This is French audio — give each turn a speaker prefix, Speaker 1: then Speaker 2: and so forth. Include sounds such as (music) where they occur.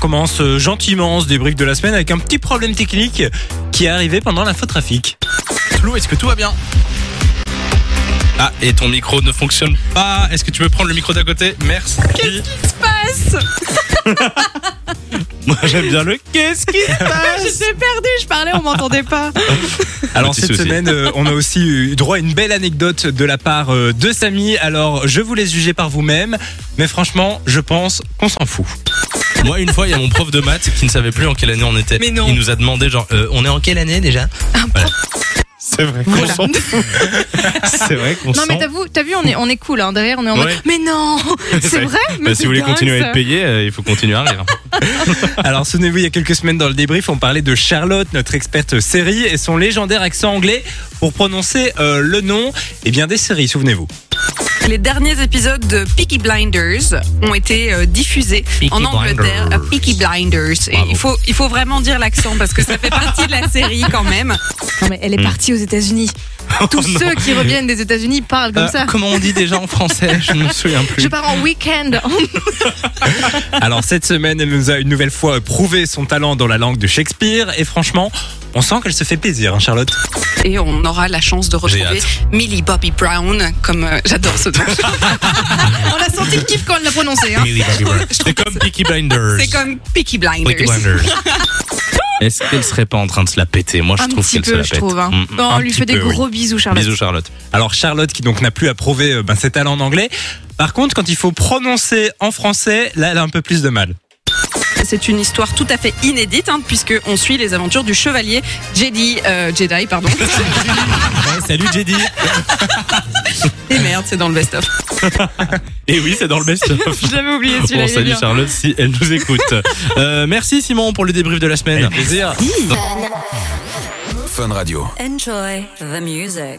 Speaker 1: commence euh, gentiment ce débrief de la semaine avec un petit problème technique qui est arrivé pendant l'infotrafic.
Speaker 2: Lou, est-ce que tout va bien Ah, et ton micro ne fonctionne pas. Est-ce que tu peux prendre le micro d'à côté Merci.
Speaker 3: passe
Speaker 1: Moi j'aime bien le
Speaker 2: Ah,
Speaker 1: qu'est-ce qui se passe
Speaker 3: J'étais perdue, Ah, je parlais, on
Speaker 2: (laughs)
Speaker 3: m'entendait pas.
Speaker 1: (laughs) Alors
Speaker 2: Petit
Speaker 1: cette
Speaker 2: souci.
Speaker 1: semaine, euh, on a aussi eu droit à une belle anecdote de la part euh, de Samy. Alors je vous laisse juger par vous-même, mais franchement, je pense qu'on s'en fout.
Speaker 2: Moi, une fois, il y a mon prof de maths qui ne savait plus en quelle année on était.
Speaker 3: Mais non.
Speaker 2: Il nous a demandé, genre, euh, on est en quelle année déjà
Speaker 1: C'est vrai.
Speaker 3: Voilà.
Speaker 1: C'est vrai qu'on
Speaker 3: Non mais t'as vu, t'as vu, on est, on est cool hein, derrière, on est en
Speaker 2: Ouais.
Speaker 3: mode. Mais
Speaker 2: (laughs)
Speaker 3: non,
Speaker 2: C'est
Speaker 3: c'est
Speaker 2: vrai.
Speaker 3: vrai. Mais
Speaker 2: Bah, si vous voulez
Speaker 3: c'est dingue,
Speaker 2: continuer à
Speaker 3: ça.
Speaker 2: être payé, euh, il faut continuer à rire.
Speaker 1: Alors, souvenez-vous, il y a quelques semaines dans le débrief, on parlait de Charlotte, notre experte série, et son légendaire accent anglais pour prononcer euh, le nom eh bien, des séries, souvenez-vous.
Speaker 4: Les derniers épisodes de Peaky Blinders ont été euh, diffusés
Speaker 2: Peaky
Speaker 4: en Angleterre.
Speaker 2: Blinders.
Speaker 4: à Peaky Blinders. Et
Speaker 2: Bravo.
Speaker 4: il faut, il faut vraiment dire l'accent parce que ça fait partie de la série quand même.
Speaker 3: Non mais
Speaker 2: Hmm.
Speaker 3: elle est partie
Speaker 2: (laughs)
Speaker 3: aux États-Unis.
Speaker 2: Oh
Speaker 3: Tous ceux qui reviennent des États-Unis parlent comme
Speaker 2: Euh,
Speaker 3: (laughs) ça.
Speaker 2: Comment on dit déjà en français Je ne me souviens plus.
Speaker 3: Je pars en week-end.
Speaker 1: Alors, cette semaine, elle nous a une nouvelle fois prouvé son talent dans la langue de Shakespeare, et franchement, on sent qu'elle se fait plaisir, hein, Charlotte.
Speaker 4: Et on aura la chance de retrouver
Speaker 2: hâte.
Speaker 4: Millie Bobby Brown, comme euh, j'adore ce nom.
Speaker 3: on a senti le kiff quand elle l'a prononcé. Hein.
Speaker 2: C'est comme Peaky Blinders.
Speaker 4: C'est comme Peaky Blinders.
Speaker 2: Peaky Blinders. (laughs) Est-ce qu'elle serait pas en train de se la péter Moi, je
Speaker 3: Un
Speaker 2: trouve
Speaker 3: petit
Speaker 2: qu'elle se
Speaker 3: peu,
Speaker 2: la
Speaker 3: je
Speaker 2: pète.
Speaker 3: trouve. hein.
Speaker 2: Mm,
Speaker 3: Non,
Speaker 2: un
Speaker 3: on lui
Speaker 2: petit
Speaker 3: fait des
Speaker 2: peu, oui.
Speaker 3: gros bisous, Oh, Charlotte.
Speaker 2: Bisous, Charlotte.
Speaker 1: Alors, Charlotte, qui donc n'a plus à prouver euh, ben, ses talents en anglais, par contre, quand il faut prononcer en français, là, elle a un peu plus de mal.
Speaker 4: C'est une histoire tout à fait inédite, hein, puisqu'on suit les aventures du chevalier Jedi, euh, Jedi,
Speaker 2: (laughs)
Speaker 4: pardon.
Speaker 1: salut, Jedi.
Speaker 4: Et merde, c'est dans le best-of.
Speaker 2: Et oui, c'est dans le best-of.
Speaker 4: J'avais oublié
Speaker 2: Bon,
Speaker 4: celui-là. il est
Speaker 2: salut
Speaker 4: bien.
Speaker 2: Charlotte si elle nous
Speaker 4: (laughs)
Speaker 2: écoute. Euh, merci Simon pour le débrief de la semaine.
Speaker 1: plaisir.
Speaker 5: Enjoy the music.